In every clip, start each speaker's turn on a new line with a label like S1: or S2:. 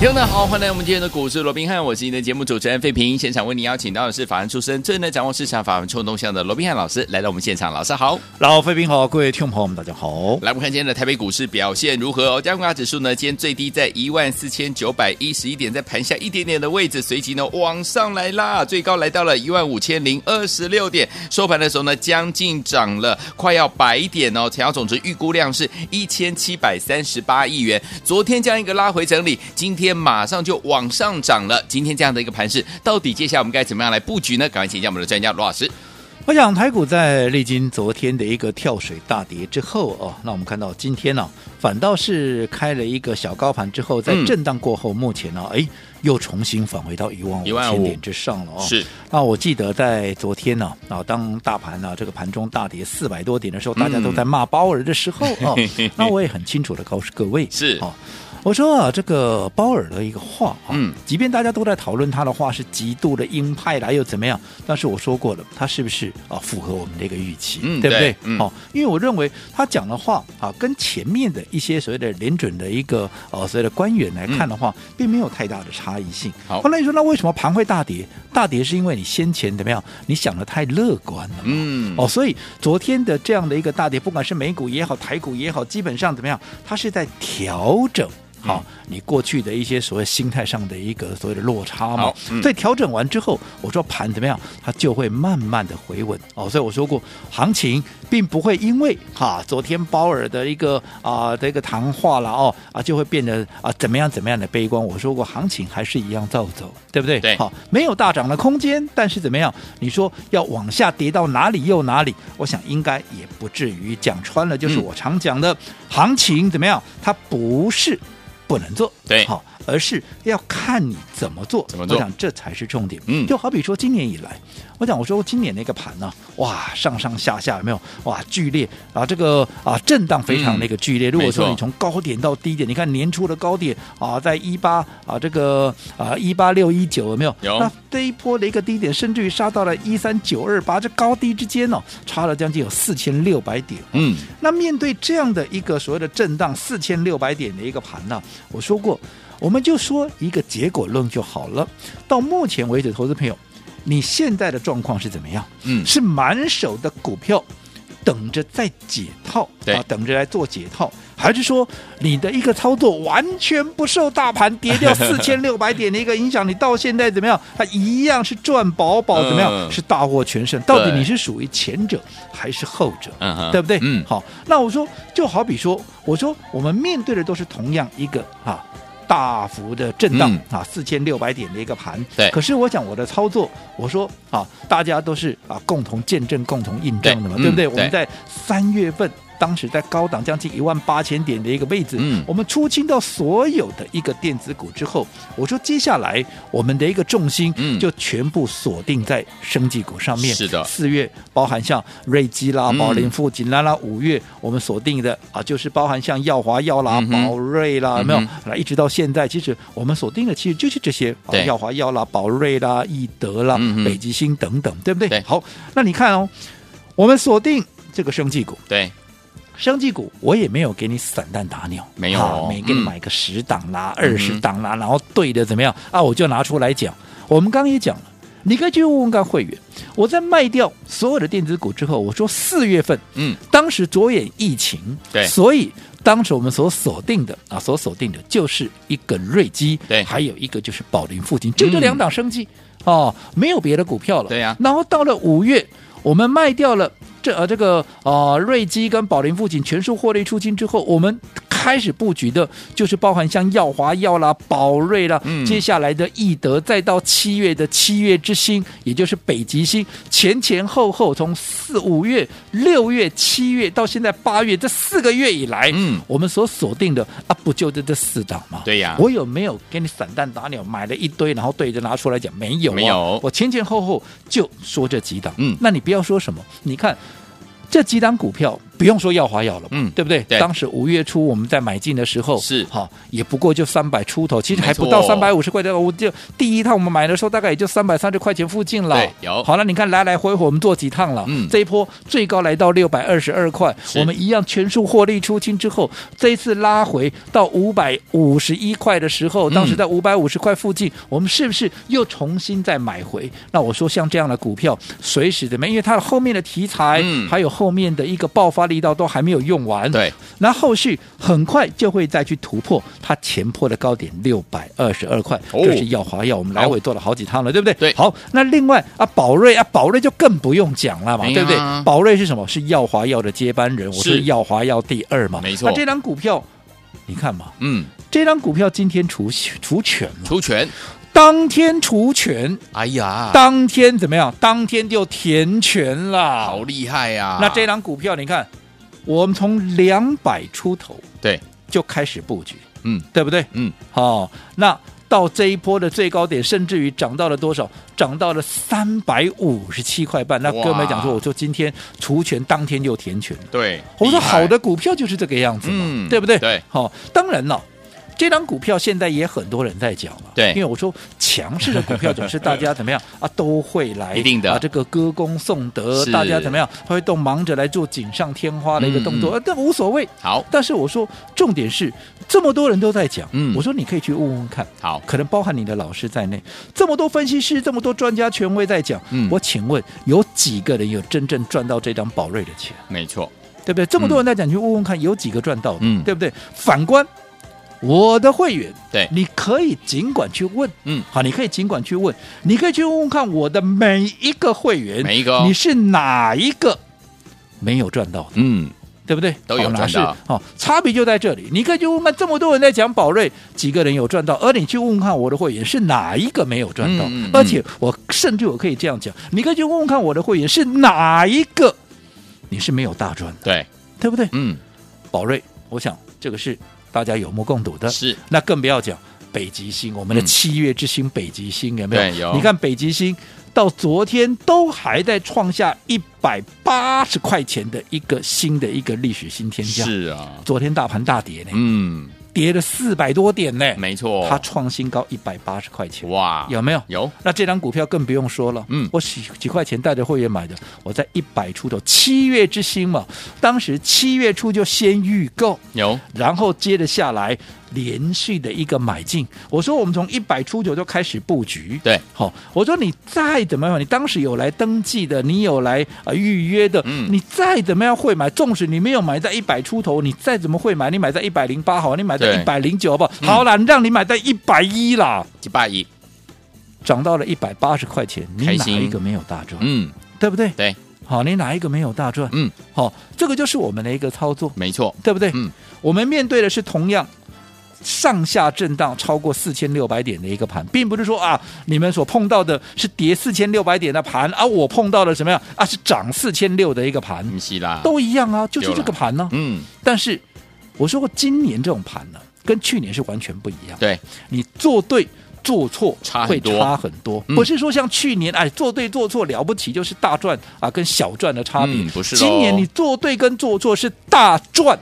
S1: 听众们好，欢迎来我们今天的股市罗宾汉，我是你的节目主持人费平。现场为你邀请到的是法案出身、最能掌握市场法案冲动向的罗宾汉老师，来到我们现场。老师好，
S2: 老飞兵好，各位听众朋友们，大家好。
S1: 来我们看今天的台北股市表现如何哦？加权指数呢，今天最低在一万四千九百一十一点，在盘下一点点的位置，随即呢往上来啦，最高来到了一万五千零二十六点，收盘的时候呢，将近涨了快要百点哦，成交总值预估量是一千七百三十八亿元。昨天这样一个拉回整理，今天马上就往上涨了。今天这样的一个盘势，到底接下来我们该怎么样来布局呢？赶快请教我们的专家罗老师。
S2: 我想台股在历经昨天的一个跳水大跌之后哦，那我们看到今天呢、反倒是开了一个小高盘之后，在
S1: 嗯
S2: 震荡过后，目前呢、哎，又重新返回到嗯一万
S1: 15,000
S2: 五千点之上了哦。
S1: 是。
S2: 那我记得在昨天呢、啊，当大盘呢、这个盘中大跌四百多点的时候，大家都在骂鲍尔的时候、 哦，那我也很清楚的告诉各位，
S1: 是
S2: 哦。我说啊，这个鲍尔的一个话啊，
S1: 嗯
S2: 即便大家都在讨论他的话是极度的鹰派啦，又怎么样？但是我说过了，他是不是啊符合我们的一个预期，
S1: 嗯
S2: 对不
S1: 对
S2: 对？
S1: 嗯
S2: 哦，因为我认为他讲的话啊，跟前面的一些所谓的联准的一个呃所谓的官员来看的话，并没有太大的差异性。
S1: 嗯好
S2: 后来你说那为什么盘会大跌？大跌是因为你先前怎么样？你想的太乐观了嘛。
S1: 嗯，
S2: 哦，所以昨天的这样的一个大跌，不管是美股也好，台股也好，基本上怎么样，它是在调整。好，
S1: 嗯
S2: 你过去的一些所谓心态上的一个所谓的落差嘛
S1: 好，嗯
S2: 所以调整完之后，我说盘怎么样，它就会慢慢的回稳哦。所以我说过，行情并不会因为哈、昨天鲍尔的一个啊、的一个谈话了哦啊，就会变得啊怎么样怎么样的悲观。我说过，行情还是一样照走，对不对？
S1: 对
S2: 好，没有大涨的空间，但是怎么样？你说要往下跌到哪里又哪里？我想应该也不至于讲穿了，就是
S1: 嗯
S2: 我常讲的，行情怎么样？它不是不能做，
S1: 对
S2: 好，而是要看你怎么做。
S1: 怎么做
S2: 我想这才是重点。
S1: 嗯
S2: 就好比说今年以来，我讲我说今年那个盘呢、哇，上上下下有没有？哇，剧烈啊，这个啊震荡非常那个剧烈。如
S1: 嗯没
S2: 果
S1: 错
S2: 说你从高点到低点，你看年初的高点啊，在一八啊这个啊一八六一九有没有？
S1: 有
S2: 那这一波的一个低点，甚至于杀到了一三九二八，这高低之间哦，差了将近有四千六百点。
S1: 嗯，
S2: 那面对这样的一个所谓的震荡四千六百点的一个盘呢、我说过，我们就说一个结果论就好了。到目前为止，投资朋友，你现在的状况是怎么样？
S1: 嗯
S2: 是满手的股票。等着再解套，
S1: 对
S2: 啊，等着来做解套，还是说你的一个操作完全不受大盘 跌掉四千六百点的一个影响？你到现在怎么样？它一样是赚饱饱，怎么样？
S1: 嗯
S2: 是大获全胜？到底
S1: 对
S2: 你是属于前者还是后者？
S1: 嗯哼
S2: 对不对？
S1: 嗯
S2: 好，那我说就好比说，我说我们面对的都是同样一个啊。大幅的震
S1: 嗯
S2: 荡、啊，四千六百点的一个盘。
S1: 对
S2: 可是我想我的操作，我说啊，大家都是啊共同见证、共同印证的嘛，
S1: 对
S2: 对不对？
S1: 嗯
S2: 我们在三月份。当时在高档将近一万八千点的一个位置，
S1: 嗯
S2: 我们出清到所有的一个电子股之后，我说接下来我们的一个重心
S1: 嗯
S2: 就全部锁定在生技股上面。
S1: 是的
S2: 四月包含像瑞基啦、
S1: 嗯
S2: 宝林富锦啦啦，五月我们锁定的啊，就是包含像耀华耀啦
S1: 嗯、哼
S2: 宝瑞啦，有没有
S1: 嗯？
S2: 啊那一直到现在，其实我们锁定的其实就是这些，啊
S1: 对
S2: 耀华耀啦、宝瑞啦、易德啦
S1: 嗯哼、
S2: 北极星等等，对不对？
S1: 对
S2: 好，那你看哦，我们锁定这个生技股，
S1: 对，
S2: 生技股我也没有给你散弹打鸟，
S1: 没有哦
S2: 啊没给你
S1: 嗯
S2: 买个十档啦、
S1: 嗯
S2: 二十档啦，然后对的怎么样啊？我就拿出来讲。我们刚刚也讲了，你可以去问问看会员。我在卖掉所有的电子股之后，我说四月份，
S1: 嗯，
S2: 当时着眼疫情，
S1: 对
S2: 所以当时我们所锁定的啊，所锁定的就是一个瑞基，
S1: 对嗯
S2: 还有一个就是宝林附近，就这两档生计、哦，没有别的股票了。
S1: 对呀
S2: 然后到了五月，我们卖掉了这呃这个呃瑞基跟宝林附近全数获利出清之后，我们。开始布局的就是包含像耀华药啦、宝瑞啦，
S1: 嗯
S2: 接下来的易德，再到七月的七月之星，也就是北极星，前前后后从四五月、六月、七月到现在八月这四个月以来，
S1: 嗯
S2: 我们所锁定的啊，不就是这四档吗？
S1: 对呀
S2: 我有没有给你散弹打鸟买了一堆，然后对着拿出来讲？没有、啊，
S1: 没有
S2: 我前前后后就说这几档，
S1: 嗯
S2: 那你不要说什么，你看。这几档股票不用说耀华药了吧，
S1: 嗯
S2: 对不对？
S1: 对
S2: 当时五月初我们在买进的时候
S1: 是
S2: 好、也不过就三百出头，其实还不到
S1: 没错
S2: 三百五十块的。我就第一趟我们买的时候大概也就三百三十块钱附近了
S1: 对。有
S2: 好了，你看来来回回我们做几趟了，
S1: 嗯
S2: 这一波最高来到六百二十二块，
S1: 是
S2: 我们一样全数获利出清之后，这一次拉回到五百五十一块的时候，
S1: 嗯
S2: 当时在五百五十块附近，我们是不是又重新再买回？那我说像这样的股票，随时怎么样？因为它的后面的题材，
S1: 嗯
S2: 还有后面的一个爆发力道都还没有用完，
S1: 对，
S2: 那后续很快就会再去突破它前坡的高点六百二十二块，
S1: 哦
S2: 这是耀华药，我们来回做了好几趟了，对不对？
S1: 对
S2: 好，那另外啊，宝瑞啊，宝瑞就更不用讲了嘛，
S1: 哎呀
S2: 对不对？宝瑞是什么？是耀华药的接班人，我
S1: 是
S2: 是耀华药第二嘛，啊
S1: 没错
S2: 那这张股票，你看嘛，
S1: 嗯，
S2: 这张股票今天除除权了，
S1: 除权，
S2: 当天除权，
S1: 哎呀，
S2: 当天怎么样？当天就填权了，
S1: 好厉害啊呀！
S2: 那这档股票，你看，我们从两百出头
S1: 对，
S2: 就开始布局，
S1: 嗯
S2: 对不对？
S1: 嗯，
S2: 好、那到这一波的最高点，甚至于涨到了多少？涨到了三百五十七块半。那
S1: 哇
S2: 哥们讲说，我说今天除权，当天就填权了。
S1: 对，
S2: 我说
S1: 厉害
S2: 好的，股票就是这个样子嘛，
S1: 嗯
S2: 对不对？
S1: 对，
S2: 好、当然了。这张股票现在也很多人在讲了，
S1: 对
S2: 因为我说强势的股票总是大 家怎么样啊都会来，
S1: 一定的
S2: 啊这个歌功颂德
S1: 是，
S2: 大家怎么样会都忙着来做锦上添花的一个动
S1: 嗯
S2: 作，呃但无所谓。
S1: 好，
S2: 但是我说重点是这么多人都在讲，
S1: 嗯
S2: 我说你可以去问问看，
S1: 好，
S2: 可能包含你的老师在内，这么多分析师，这么多专家权威在讲，
S1: 嗯
S2: 我请问有几个人有真正赚到这张宝瑞的钱？
S1: 没错，
S2: 对不对？这么多人在讲，你去问问看，有几个赚到的，
S1: 嗯
S2: 对不对？反观我的会员，
S1: 对
S2: 你可以尽管去问，
S1: 嗯
S2: 好，你可以尽管去问，你可以去问问看我的每一个会员，
S1: 每一个哦
S2: 你是哪一个没有赚到的，
S1: 嗯，
S2: 对不对？
S1: 都有
S2: 好
S1: 赚到
S2: 哪是好、差别就在这里。你可以去问问看，这么多人在讲宝瑞，几个人有赚到，而你去问问看我的会员是哪一个没有赚到，
S1: 嗯嗯嗯
S2: 而且我甚至我可以这样讲，你可以去问问看我的会员是哪一个你是没有大赚的。
S1: 对，
S2: 对不对？
S1: 嗯，
S2: 宝瑞，我想这个是大家有目共睹的。
S1: 是，
S2: 那更不要讲北极星，我们的
S1: 嗯
S2: 七月之星、北极星有没有？
S1: 对有
S2: 你看北极星到昨天都还在创下一百八十块钱的一个新的一个历史新天价。
S1: 是啊，
S2: 昨天大盘大跌呢，
S1: 嗯，
S2: 跌了四百多点呢，
S1: 没错，
S2: 它创新高一百八十块钱，
S1: 哇，
S2: 有没有？
S1: 有，
S2: 那这张股票更不用说了，
S1: 嗯
S2: 我几几块钱带着会员买的，我在一百出头，七月之星嘛，当时七月初就先预购，
S1: 有，
S2: 然后接着下来连续的一个买进。我说我们从一百出头就开始布局，
S1: 对，
S2: 好、我说你再怎么样，你当时有来登记的，你有来呃预约的，
S1: 嗯
S2: 你再怎么样会买，纵使你没有买在一百出头，你再怎么会买，你买在一百零八好，你买在
S1: 对嗯
S2: 一百零九好不好？好啦，让你买在一百一啦。
S1: 几百亿，
S2: 涨到了一百八十块钱，你
S1: 开
S2: 哪
S1: 心
S2: 一个没有大赚？
S1: 嗯，
S2: 对不对？
S1: 对，
S2: 好，你哪一个没有大赚？
S1: 嗯，
S2: 好，这个就是我们的一个操作，
S1: 没错，
S2: 对不对？
S1: 嗯，
S2: 我们面对的是同样。上下震荡超过四千六百点的一个盘，并不是说啊，你们所碰到的是跌四千六百点的盘啊，我碰到了什么样啊？是涨四千六的一个盘，
S1: 嗯，是啦，
S2: 都一样啊，就是
S1: 有啦
S2: 这个盘呢、
S1: 嗯，
S2: 但是我说过，今年这种盘呢、跟去年是完全不一样。
S1: 对，
S2: 你做对做错
S1: 差很
S2: 会
S1: 多
S2: 差很多，
S1: 嗯
S2: 不是说像去年哎做对做错了不起，就是大赚啊跟小赚的差别。
S1: 嗯不是咯
S2: 今年你做对跟做错是大赚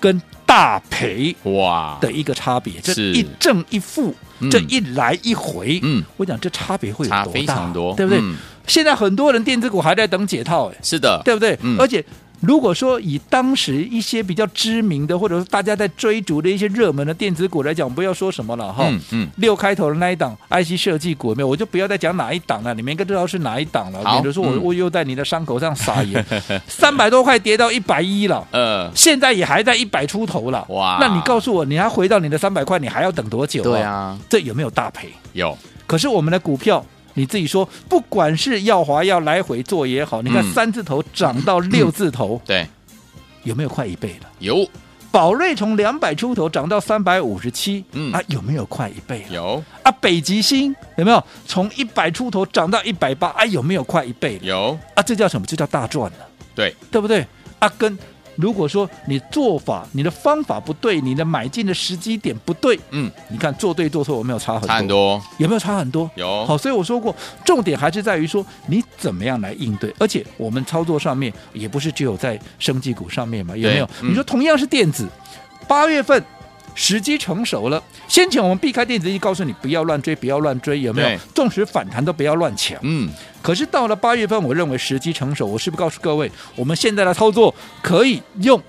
S2: 跟大赔
S1: 哇，
S2: 的一个差别，这
S1: 是
S2: 一正一负，
S1: 嗯
S2: 这一来一回，
S1: 嗯，
S2: 我讲这差别会有多大？
S1: 差非常多
S2: 对不对？
S1: 嗯
S2: 现在很多人电子股还在等解套，哎，
S1: 是的，
S2: 对不对？
S1: 嗯
S2: 而且如果说以当时一些比较知名的，或者是大家在追逐的一些热门的电子股来讲，不要说什么了哈。
S1: 嗯嗯
S2: 六开头的那一档 IC 设计股有没有，我就不要再讲哪一档了，你们应该知道是哪一档了，
S1: 好
S2: 免得说我、
S1: 嗯
S2: 我又在你的伤口上 撒盐。三百多块跌到一百一了，
S1: 呃，
S2: 现在也还在一百出头了。
S1: 哇
S2: 那你告诉我，你还回到你的三百块，你还要等多久、
S1: 对，啊，
S2: 这有没有大赔？
S1: 有，
S2: 可是我们的股票，你自己说，不管是耀华要来回做也好，你看
S1: 嗯
S2: 三字头涨到六字头，
S1: 对，
S2: 有没有快一倍了？
S1: 有，
S2: 宝瑞从两百出头涨到三百五十七，
S1: 嗯
S2: 啊，有没有快一倍了？
S1: 有
S2: 啊，北极星有没有从一百出头涨到一百八？啊，有没有快一倍了？
S1: 有，
S2: 啊，这叫什么？这叫大赚了、
S1: 对，
S2: 对不对？啊，跟如果说你做法、你的方法不对，你的买进的时机点不对，
S1: 嗯，
S2: 你看做对做错有没有差很多？
S1: 差很多，
S2: 有没有差很多？
S1: 有
S2: 好，所以我说过，重点还是在于说你怎么样来应对，而且我们操作上面也不是只有在生技股上面嘛，有没有？
S1: 嗯
S2: 你说同样是电子，八月份。时机成熟了，先前我们避开电子，一告诉你不要乱追，不要乱追，有没
S1: 对
S2: 有？纵使反弹都不要乱抢。
S1: 嗯，
S2: 可是到了八月份，我认为时机成熟，我是不是告诉各位，我们现在的操作可以用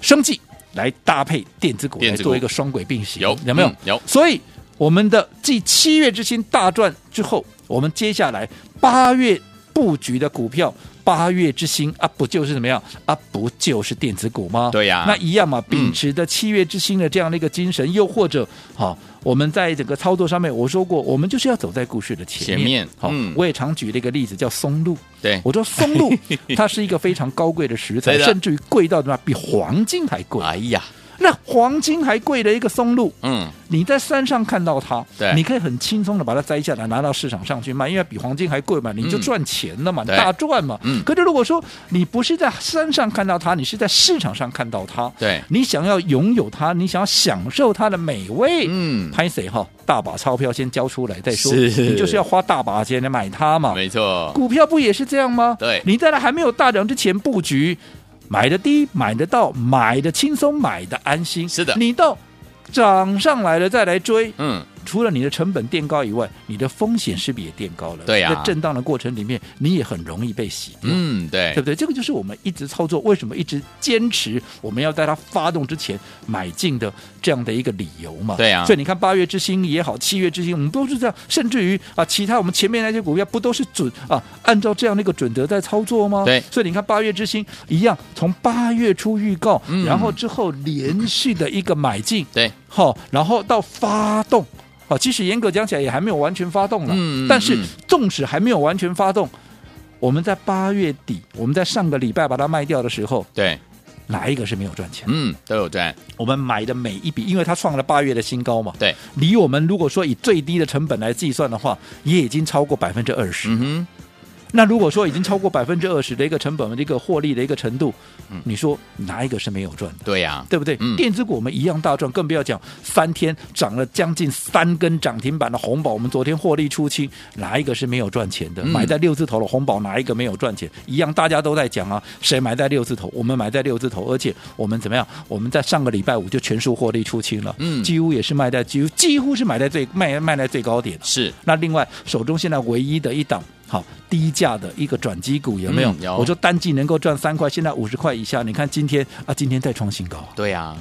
S2: 生计来搭配电子股
S1: 电
S2: 来
S1: 子股
S2: 做一个双轨并行，
S1: 有
S2: 有没有？
S1: 嗯有
S2: 所以我们的继七月之星大赚之后，我们接下来八月布局的股票。八月之星啊，不就是怎么样啊？不就是电子股吗？
S1: 对呀
S2: 那一样嘛，秉持着七月之星的这样的一个精神，又或者好、我们在整个操作上面，我说过，我们就是要走在故事的前面。
S1: 前面
S2: 好、
S1: 嗯
S2: 我也常举了一个例子，叫松露。
S1: 对，
S2: 我说 松露它是一个非常高贵的食材，
S1: 对的
S2: 甚至于贵到什么比黄金还贵。
S1: 哎呀，
S2: 那黄金还贵的一个松露，
S1: 嗯，
S2: 你在山上看到它
S1: 对，
S2: 你可以很轻松的把它摘下来，拿到市场上去卖，因为比黄金还贵嘛，你就
S1: 嗯
S2: 赚钱了嘛，
S1: 对
S2: 大赚嘛。
S1: 嗯
S2: 可是如果说你不是在山上看到它，你是在市场上看到它，
S1: 对
S2: 你想要拥有它，你想要享受它的美味，
S1: 嗯
S2: 拍谁哈，大把钞票先交出来再说，
S1: 是
S2: 你就是要花大把钱来买它嘛。
S1: 没错，
S2: 股票不也是这样吗？
S1: 对
S2: 你在它还没有大涨之前布局，买的低，买得到，买的轻松，买的安心。
S1: 是的
S2: 你到涨上来了再来追，
S1: 嗯，
S2: 除了你的成本垫高以外，你的风险是不是也垫高了？
S1: 对啊呀
S2: 在震荡的过程里面，你也很容易被洗掉。
S1: 嗯，
S2: 对
S1: 对，
S2: 不对？这个就是我们一直操作，为什么一直坚持我们要在它发动之前买进的这样的一个理由嘛？
S1: 对啊
S2: 所以你看八月之星也好，七月之星，我们都是这样，甚至于啊，其他我们前面那些股票不都是准啊，按照这样的一个准则在操作吗？
S1: 对
S2: 所以你看八月之星一样，从八月初预告，
S1: 嗯
S2: 然后之后连续的一个买进，
S1: 对，
S2: 好、然后到发动，好、其实严格讲起来也还没有完全发动了，
S1: 嗯嗯
S2: 但是
S1: 嗯
S2: 纵使还没有完全发动，我们在八月底，我们在上个礼拜把它卖掉的时候，
S1: 对，
S2: 哪一个是没有赚钱？
S1: 嗯，都有赚，
S2: 我们买的每一笔，因为它创了八月的新高嘛，
S1: 对，
S2: 离我们如果说以最低的成本来计算的话，也已经超过百分之二十。
S1: 嗯
S2: 那如果说已经超过百分之二十的一个成本的一个获利的一个程度，
S1: 嗯
S2: 你说哪一个是没有赚的
S1: 哼，？对呀，
S2: 对不对？
S1: 嗯
S2: 电子股我们一样大赚，更不要讲三天涨了将近三根涨停板的红宝，我们昨天获利出清，哪一个是没有赚钱的？
S1: 嗯
S2: 买在六字头的红宝，哪一个没有赚钱？一样，大家都在讲啊，谁买在六字头？我们买在六字头，而且我们怎么样？我们在上个礼拜五就全数获利出清了，
S1: 嗯
S2: 几乎也是卖在几乎几乎是买在最卖卖在最高点。
S1: 是，
S2: 那另外手中现在唯一的一档好低价的一个转机股有没有？
S1: 嗯有
S2: 我说单季能够赚三块，现在五十块以下，你看今天啊，今天再创新高啊。
S1: 对呀，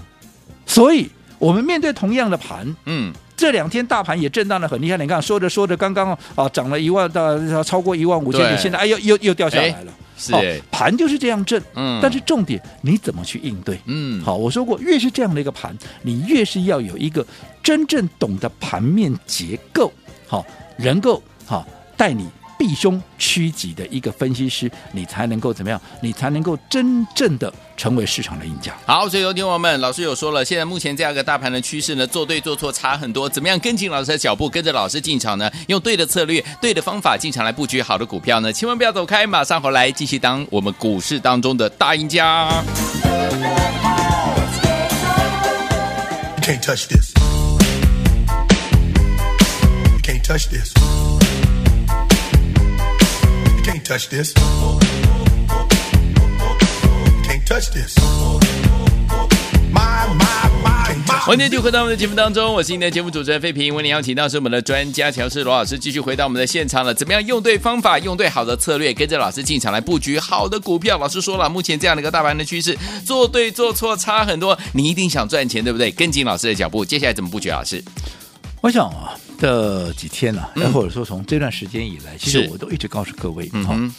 S2: 所以我们面对同样的盘，
S1: 嗯，
S2: 这两天大盘也震荡的很厉害。你看，说着说着，刚刚啊涨了一万到超过一万五千
S1: 对
S2: 点，现在哎又又又掉下来了。
S1: 是
S2: 好，
S1: 哎
S2: 盘就是这样震，
S1: 嗯
S2: 但是重点你怎么去应对？
S1: 嗯，
S2: 好，我说过，越是这样的一个盘，你越是要有一个真正懂得盘面结构，好，能够好带你避凶趋吉的一个分析师，你才能够怎么样？你才能够真正的成为市场的赢家。
S1: 好，所以有听友们，老师有说了，现在目前这样一个大盘的趋势呢，做对做错差很多，怎么样跟紧老师的脚步，跟着老师进场呢？用对的策略、对的方法进场来布局好的股票呢？千万不要走开，马上回来继续当我们股市当中的大赢家。
S3: You can't touch this. You can't touch this. You can't touch this. You can't touch this. My, my, my, my.
S1: 欢迎继续回到我们的节目当中，我是您的节目主持人费平。为您邀请到是我们的专家乔氏罗老师，继续回到我们的现场了。怎么样用对方法，用对好的策略，跟着老师进场来布局好的股票？老师说了，目前这样的一个大盘的趋势，做对做错差很多，你一定想赚钱，对不对？跟紧老师的脚步，接下来怎么布局？啊老师，
S2: 我想啊，这几天呢、哎
S1: 嗯
S2: 或者说从这段时间以来，其
S1: 是
S2: 实我都一直告诉各位，
S1: 嗯
S2: 哈
S1: 哼，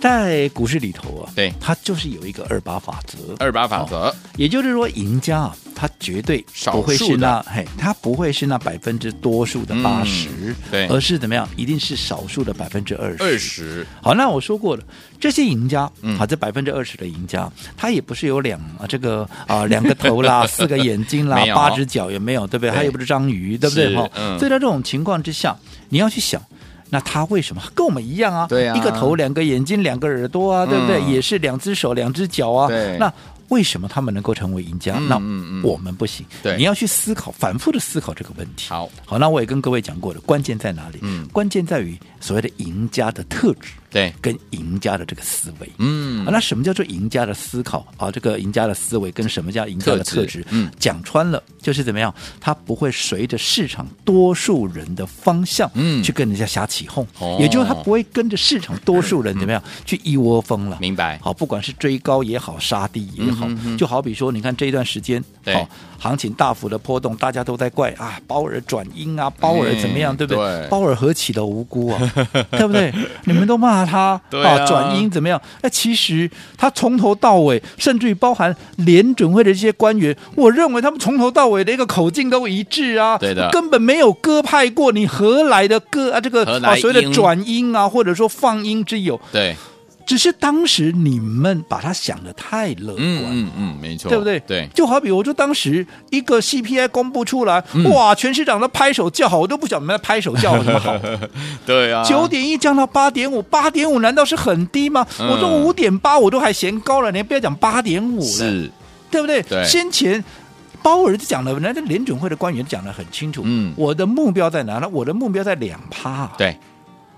S2: 在股市里头啊，
S1: 对
S2: 它就是有一个二八法则，
S1: 二八法
S2: 哦
S1: 则，
S2: 也就是说，赢家啊，它绝对
S1: 少
S2: 不会
S1: 数的
S2: 是那嘿，它不会是那百分之多数的
S1: 嗯
S2: 八十、
S1: 对
S2: 而是怎么样，一定是少数的百分之二十。
S1: 二十，
S2: 好，那我说过了，这些赢家，
S1: 嗯
S2: 好，这百分之二十的赢家，他也不是有两啊这个啊、 两个 头啦，四个眼睛啦
S1: 没，有
S2: 八只脚也没有，对不对？
S1: 对
S2: 他也不是章鱼，对不对？
S1: 是
S2: 哈、
S1: 嗯
S2: 所以在这种情况之下，你要去想。那他为什么跟我们一样啊？
S1: 对啊
S2: 一个头、两个眼睛、两个耳朵啊，对不对？
S1: 嗯
S2: 也是两只手、两只脚啊。
S1: 对
S2: 那为什么他们能够成为赢家？
S1: 嗯
S2: 那
S1: 嗯嗯
S2: 我们不行。
S1: 对
S2: 你要去思考，反复的思考这个问题。
S1: 好，
S2: 好，那我也跟各位讲过了，关键在哪里？
S1: 嗯
S2: 关键在于所谓的赢家的特质。
S1: 对，
S2: 跟赢家的这个思维。
S1: 嗯
S2: 啊，，那什么叫做赢家的思考啊？这个赢家的思维跟什么叫赢家的
S1: 特
S2: 特
S1: 质
S2: 质？
S1: 嗯
S2: 讲穿了就是怎么样，他不会随着市场多数人的方向，
S1: 嗯
S2: 去跟人家瞎起哄，
S1: 哦嗯
S2: 也就是他不会跟着市场多数人怎么样、去一窝蜂了。
S1: 明白，
S2: 好，不管是追高也好，杀低也好，
S1: 嗯哼哼
S2: 就好比说，你看这一段时间，
S1: 对
S2: 好、行情大幅的波动，大家都在怪啊，鲍尔转阴啊，鲍尔怎么样，
S1: 嗯
S2: 对不对？
S1: 对
S2: 鲍尔何其的无辜 啊，对不对？你们都骂他
S1: 对啊
S2: 转阴怎么样？那其实他从头到尾，甚至于包含联准会的这些官员，我认为他们从头到尾的一个口径都一致啊，
S1: 对的
S2: 根本没有割派过，你何来的割啊？这个
S1: 何来
S2: 啊，所谓
S1: 阴
S2: 的转阴啊，或者说放阴之有，
S1: 对，
S2: 只是当时你们把它想的太乐观。
S1: 嗯嗯嗯，没错，
S2: 对不对？
S1: 对，嗯
S2: 就好比我说当时一个 CPI 公布出来，哇，全市场都拍手叫好，我都不晓得你们在拍手叫好什么好。
S1: 对 啊，
S2: 九点一降到八点五，八点五难道是很低吗？
S1: 嗯
S2: 我说五点八我都还嫌高了，你还不要讲八点五了，
S1: 是，
S2: 对不对？
S1: 对
S2: 先前。鲍尔就讲了，人家联准会的官员讲得很清楚，
S1: 嗯
S2: 我的目标在哪呢？我的目标在两趴，，
S1: 对，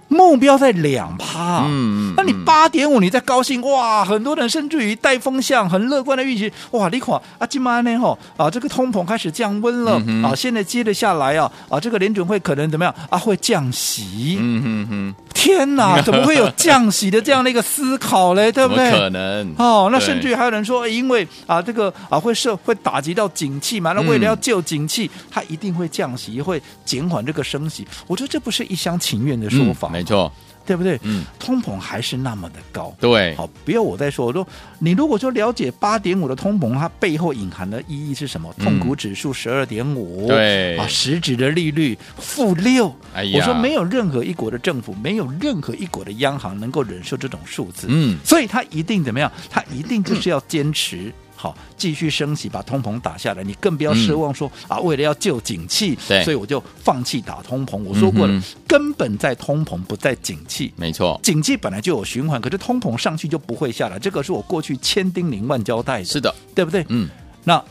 S2: 目标在两趴，
S1: 嗯嗯
S2: 那你
S1: 嗯
S2: 八点五你在高兴哇，很多人甚至于带风向，很乐观的预期哇，你看啊，今晚呢吼啊，这个通膨开始降温了、
S1: 嗯哼
S2: 啊，现在接着下来啊啊，这个联准会可能怎么样啊，会降息，
S1: 嗯哼哼，
S2: 天 哪，怎么会有降息的这样的一个思考嘞？对
S1: 怎
S2: 不
S1: 么
S2: 对？
S1: 可能？
S2: 哦，那
S1: 对
S2: 甚至于还有人说，因为啊，这个啊会受会打击到景气
S1: 嗯
S2: 嘛，那为了要救景气，它一定会降息，会减缓这个升息。我觉得这不是一厢情愿的说
S1: 嗯
S2: 法，
S1: 没错，
S2: 对不对？
S1: 嗯，
S2: 通膨还是那么的高。
S1: 对，
S2: 好，不要我再说，我说你如果说了解八点五的通膨，它背后隐含的意义是什么？
S1: 嗯
S2: 痛苦指数十二点五，
S1: 对
S2: 啊，实质的利率负六。
S1: 哎呀
S2: 我说没有任何一国的政府，没有任何一国的央行能够忍受这种数字，
S1: 嗯
S2: 所以它一定怎么样？它一定就是要坚持。好，继续升息，把通膨打下来。你更不要奢望说、啊，为了要救景气，
S1: 嗯对
S2: 所以我就放弃打通膨。我说过了，
S1: 嗯哼
S2: 根本在通膨，不在景气。
S1: 没错，
S2: 景气本来就有循环，可是通膨上去就不会下来，这个是我过去千叮咛万交代的，
S1: 是的，
S2: 对不对？
S1: 嗯
S2: 那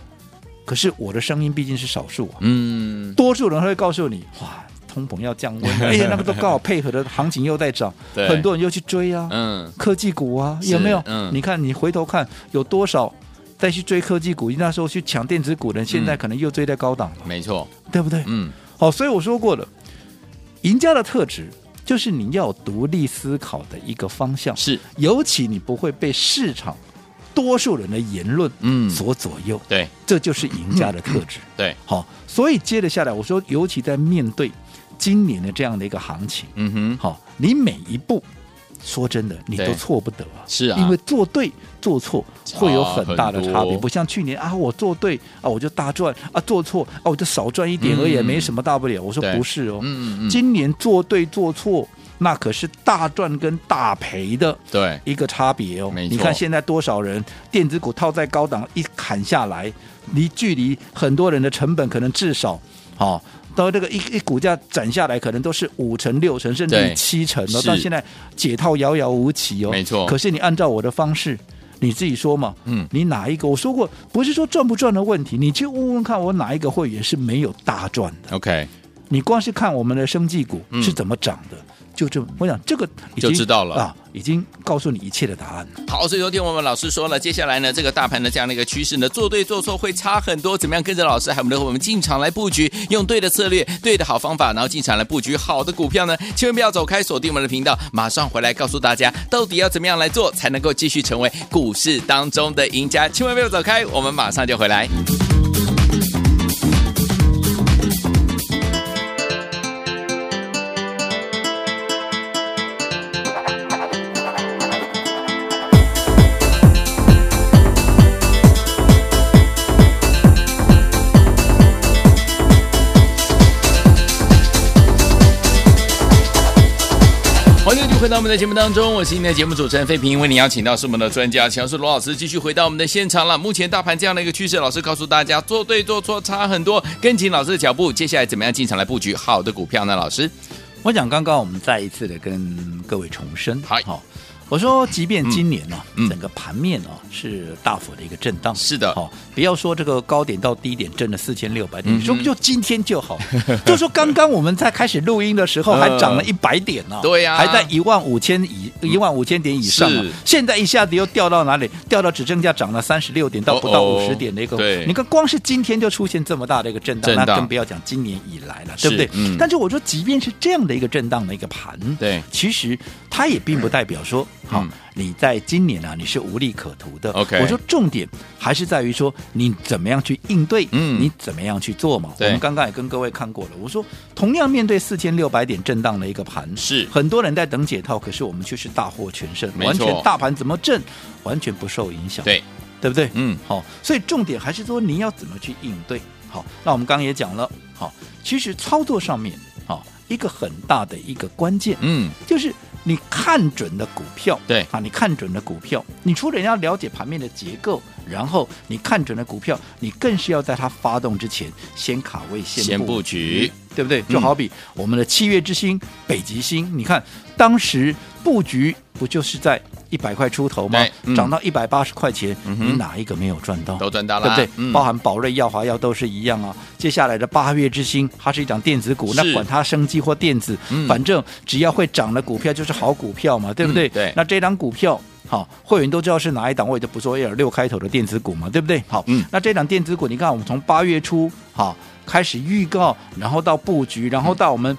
S2: 可是我的声音毕竟是少数啊，
S1: 嗯，
S2: 多数人会告诉你，哇，通膨要降温， 哎呀，那个都刚好配合的行情又在涨，
S1: 对
S2: 很多人又去追啊，
S1: 嗯，
S2: 科技股啊，
S1: 是
S2: 有没有？
S1: 嗯
S2: 你看你回头看有多少再去追科技股，那时候去抢电子股的人，现在
S1: 嗯
S2: 可能又追在高档了，
S1: 没错，
S2: 对不对？
S1: 嗯，
S2: 好，所以我说过了，赢家的特质就是你要有独立思考的一个方向，
S1: 是，
S2: 尤其你不会被市场多数人的言论
S1: 嗯
S2: 所左右，
S1: 对
S2: 这就是赢家的特 质。
S1: 对，
S2: 好，所以接着下来，我说，尤其在面对今年的这样的一个行情，
S1: 嗯哼，
S2: 好，你每一步。说真的，你
S1: 对
S2: 都错不得啊！
S1: 是啊
S2: 因为做对做错
S1: 差
S2: 会有很大的差
S1: 很
S2: 别，
S1: 多
S2: 不像去年啊，我做对啊我就大赚啊，做错啊我就少赚一点而已，
S1: 嗯
S2: 没什么大不了。我说
S1: 对
S2: 不是哦，
S1: 嗯嗯嗯，
S2: 今年做对做错，那可是大赚跟大赔的
S1: 对，
S2: 一个差别哦。
S1: 没错
S2: 你看现在多少人电子股套在高档一砍下来，离距离很多人的成本可能至少哦。到这个一一股价涨下来，可能都是五成、六成，甚至
S1: 对
S2: 于七成哦。
S1: 是
S2: 到现在解套遥遥无期哦。
S1: 没错
S2: 可是你按照我的方式，你自己说嘛，
S1: 嗯
S2: 你哪一个？我说过，不是说赚不赚的问题，你去问问看，我哪一个会员是没有大赚的。
S1: ，OK，
S2: 你光是看我们的生技股
S1: 嗯
S2: 是怎么涨的，就这么，我想这个已
S1: 就
S2: 经
S1: 知道了
S2: 啊，已经告诉你一切的答案了。
S1: 好，所以昨天我们老师说了，接下来呢，这个大盘的这样的一个趋势呢，做对做错会差很多。怎么样跟着老师，还有我们的我们进场来布局，用对的策略、对的好方法，然后进场来布局好的股票呢？千万不要走开，锁定我们的频道，马上回来告诉大家，到底要怎么样来做，才能够继续成为股市当中的赢家。千万不要走开，我们马上就回来。回到我们的节目当中，我是今天的节目主持人费平，为您邀请到是我们的专家强势罗老师，继续回到我们的现场了。目前大盘这样的一个趋势，老师告诉大家，做对做错差很多，跟紧老师的脚步，接下来怎么样进场来布局好的股票呢？老师，
S2: 我想刚刚我们再一次的跟各位重申，
S1: 嗨
S2: 好、我说即便今年呢、
S1: 嗯嗯
S2: 整个盘面呢、是大幅的一个震荡，
S1: 是的
S2: 好、不要说这个高点到低点震了四千六百
S1: 嗯
S2: 点，
S1: 哼
S2: 说不就今天就好， 就说刚刚我们在开始录音 的时候还涨了
S1: 呃
S2: 一百点呢、
S1: 对呀
S2: 还在一万五千以一万五千点以上、啊
S1: 是，
S2: 现在一下子又掉到哪里？掉到只剩下涨了三十六点到不到
S1: 哦哦
S2: 五十点的一个，
S1: 对
S2: 你看光是今天就出现这么大的一个震荡，
S1: 震荡
S2: 那更不要讲今年以来了，对
S1: 是
S2: 不对？
S1: 嗯
S2: 但但是我说，即便是这样的一个震荡的一个盘，
S1: 对
S2: 其实它也并不代表说，好、
S1: 嗯
S2: 你在今年啊你是无利可图的。
S1: OK
S2: 我说重点还是在于说你怎么样去应对，
S1: 嗯
S2: 你怎么样去做嘛。我
S1: 对
S2: 们刚刚也跟各位看过了，我说同样面对四千六百点震荡的一个盘，
S1: 是
S2: 很多人在等解套，可是我们却是大获全胜，
S1: 没
S2: 完
S1: 错
S2: 全大盘怎么震，完全不受影响。
S1: 对，
S2: 对不对？
S1: 嗯
S2: 好、所以重点还是说你要怎么去应对。好，那我们刚刚也讲了，好、其实操作上面，好、一个很大的一个关键，
S1: 嗯，
S2: 就是你看准的股票，
S1: 对
S2: 啊，你看准的股票，你除了要了解盘面的结构，然后你看准了股票，你更是要在它发动之前先卡位
S1: 先布局，
S2: 对不对？
S1: 嗯
S2: 就好比我们的七月之星、北极星，你看当时布局不就是在一百块出头吗
S1: 对？嗯
S2: 涨到一百八十块钱，
S1: 嗯哼
S2: 你哪一个没有赚到？
S1: 都赚到
S2: 对
S1: 了，
S2: 不对？
S1: 嗯
S2: 包含宝瑞、耀华药都是一样啊。接下来的八月之星，它是一档电子股，
S1: 是
S2: 那管它生机或电子，
S1: 嗯
S2: 反正只要会涨的股票就是好股票嘛，对不对？
S1: 嗯对
S2: 那这档股票。好，会员都知道是哪一档，我也就不说二六开头的电子股嘛，对不对？好，
S1: 嗯
S2: 那这档电子股，你看我们从八月初好开始预告，然后到布局，然后到我们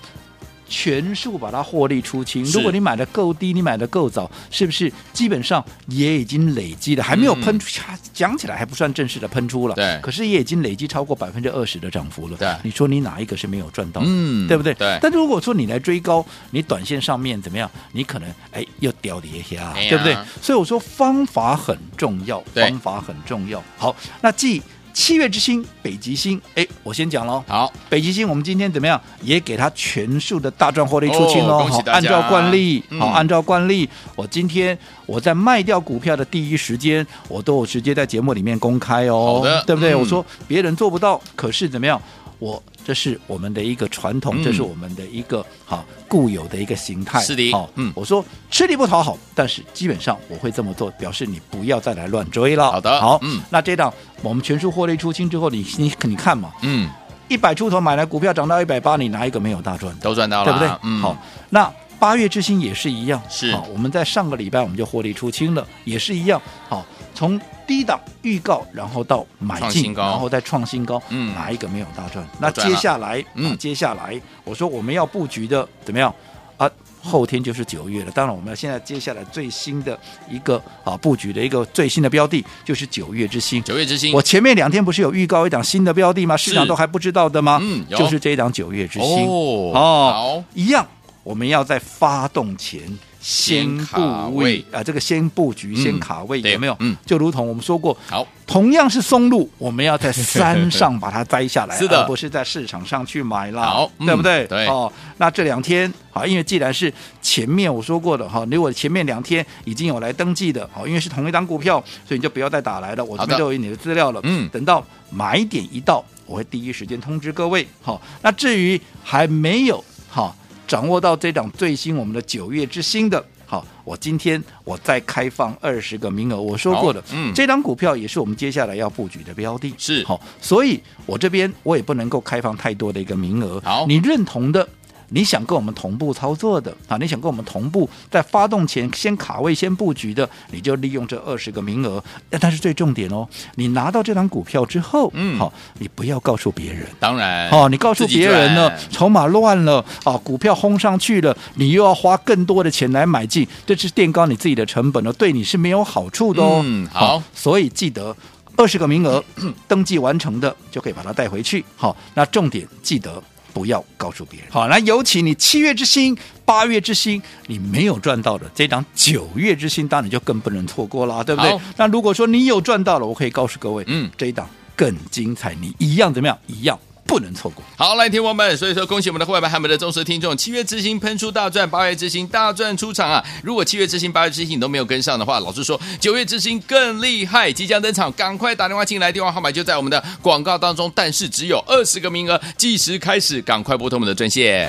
S2: 全数把它获利出清。
S1: 是
S2: 如果你买的够低，你买的够早，是不是基本上也已经累积了，还没有
S1: 嗯
S2: 喷出？讲起来还不算正式的喷出了，
S1: 对
S2: 可是也已经累积超过百分之二十的涨幅了。
S1: 对
S2: 你说你哪一个是没有赚到的？
S1: 嗯
S2: 对不对？
S1: 对
S2: 但如果说你来追高，你短线上面怎么样？你可能哎又掉跌一下
S1: 哎，呀
S2: 对不对？所以我说方法很重要，
S1: 对
S2: 方法很重要。好，那继七月之星、北极星，哎，我先讲喽。
S1: 好，
S2: 北极星，我们今天怎么样？也给它全数的大赚获利出清
S1: 哦
S2: 喽。
S1: 恭喜
S2: 好
S1: 大
S2: 按
S1: 家
S2: 照惯例，
S1: 嗯
S2: 好，按照惯例，我今天我在卖掉股票的第一时间，我都有直接在节目里面公开哦，
S1: 好的
S2: 对不对？
S1: 嗯
S2: 我说别人做不到，可是怎么样？我这是我们的一个传统，
S1: 嗯
S2: 这是我们的一个好固有的一个形态。
S1: 是的
S2: 好、
S1: 嗯
S2: 我说吃力不讨好，但是基本上我会这么做，表示你不要再来乱追了。
S1: 好的
S2: 好，
S1: 嗯，
S2: 那这档我们全数获利出清之后，你你你看嘛，
S1: 嗯，
S2: 一百出头买来股票涨到一百八，你哪一个没有大赚的？
S1: 都赚到了，
S2: 对不对？
S1: 嗯，
S2: 好，，那八月之星也是一样，
S1: 是
S2: 好，我们在上个礼拜我们就获利出清了，也是一样，好，从低档预告，然后到买
S1: 创新
S2: 进，
S1: 高
S2: 然后再创新高，
S1: 嗯
S2: 哪一个没有大赚？那
S1: 赚了
S2: 接下来，
S1: 嗯
S2: 啊接下来我说我们要布局的怎么样啊？后天就是九月了，当然我们现在接下来最新的一个啊布局的一个最新的标的就是九月之星，
S1: 九月之星，
S2: 我前面两天不是有预告一档新的标的吗？市场都还不知道的吗？
S1: 嗯有
S2: 就是这一档九月之星
S1: 哦好
S2: 一样，我们要在发动前
S1: 先卡
S2: 布
S1: 位
S2: 啊、这个先布局、
S1: 嗯
S2: 先卡位
S1: 对
S2: 有没有？
S1: 嗯
S2: 就如同我们说过，
S1: 好，
S2: 同样是松露，我们要在山上把它摘下来，
S1: 是的
S2: 而不是在市场上去买啦，
S1: 好嗯
S2: 对不对？
S1: 对
S2: 哦，那这两天好，因为既然是前面我说过的哈，如果前面两天已经有来登记的，哦好，因为是同一档股票，所以你就不要再打来了，我
S1: 好
S2: 这
S1: 的
S2: 边都有你的资料了，
S1: 嗯
S2: 等到买点一到，我会第一时间通知各位。好、那至于还没有好、掌握到这档最新我们的九月之星的，好、我今天我再开放二十个名额，我说过的
S1: 好，嗯
S2: 这档股票也是我们接下来要布局的标的，
S1: 是
S2: 好、所以我这边我也不能够开放太多的一个名额，
S1: 好
S2: 你认同的。你想跟我们同步操作的啊，你想跟我们同步在发动前先卡位、先布局的，你就利用这二十个名额。但但是最重点哦，你拿到这张股票之后，
S1: 嗯
S2: 好、你不要告诉别人。
S1: 当然，
S2: 哦，你告诉别人了
S1: 自己，赚
S2: 筹码乱了啊，股票轰上去了，你又要花更多的钱来买进，这是垫高你自己的成本了，对你是没有好处的哦。
S1: 嗯好
S2: 所以记得。二十个名额登记完成的就可以把它带回去。好，那重点记得不要告诉别人。好，那尤其你七月之星、八月之星，你没有赚到的这档九月之星，当然你就更不能错过了，对不对
S1: 好？
S2: 那如果说你有赚到了，我可以告诉各位，
S1: 嗯
S2: 这一档更精彩，你一样怎么样？一样不能错过。
S1: 好，来，听众朋友们，所以说恭喜我们的会员还有我们的忠实听众，七月之星喷出大赚，八月之星大赚出场啊！如果七月之星、八月之星你都没有跟上的话，老实说，九月之星更厉害，即将登场，赶快打电话进来，电话号码就在我们的广告当中，但是只有二十个名额，计时开始，赶快拨通我们的专线。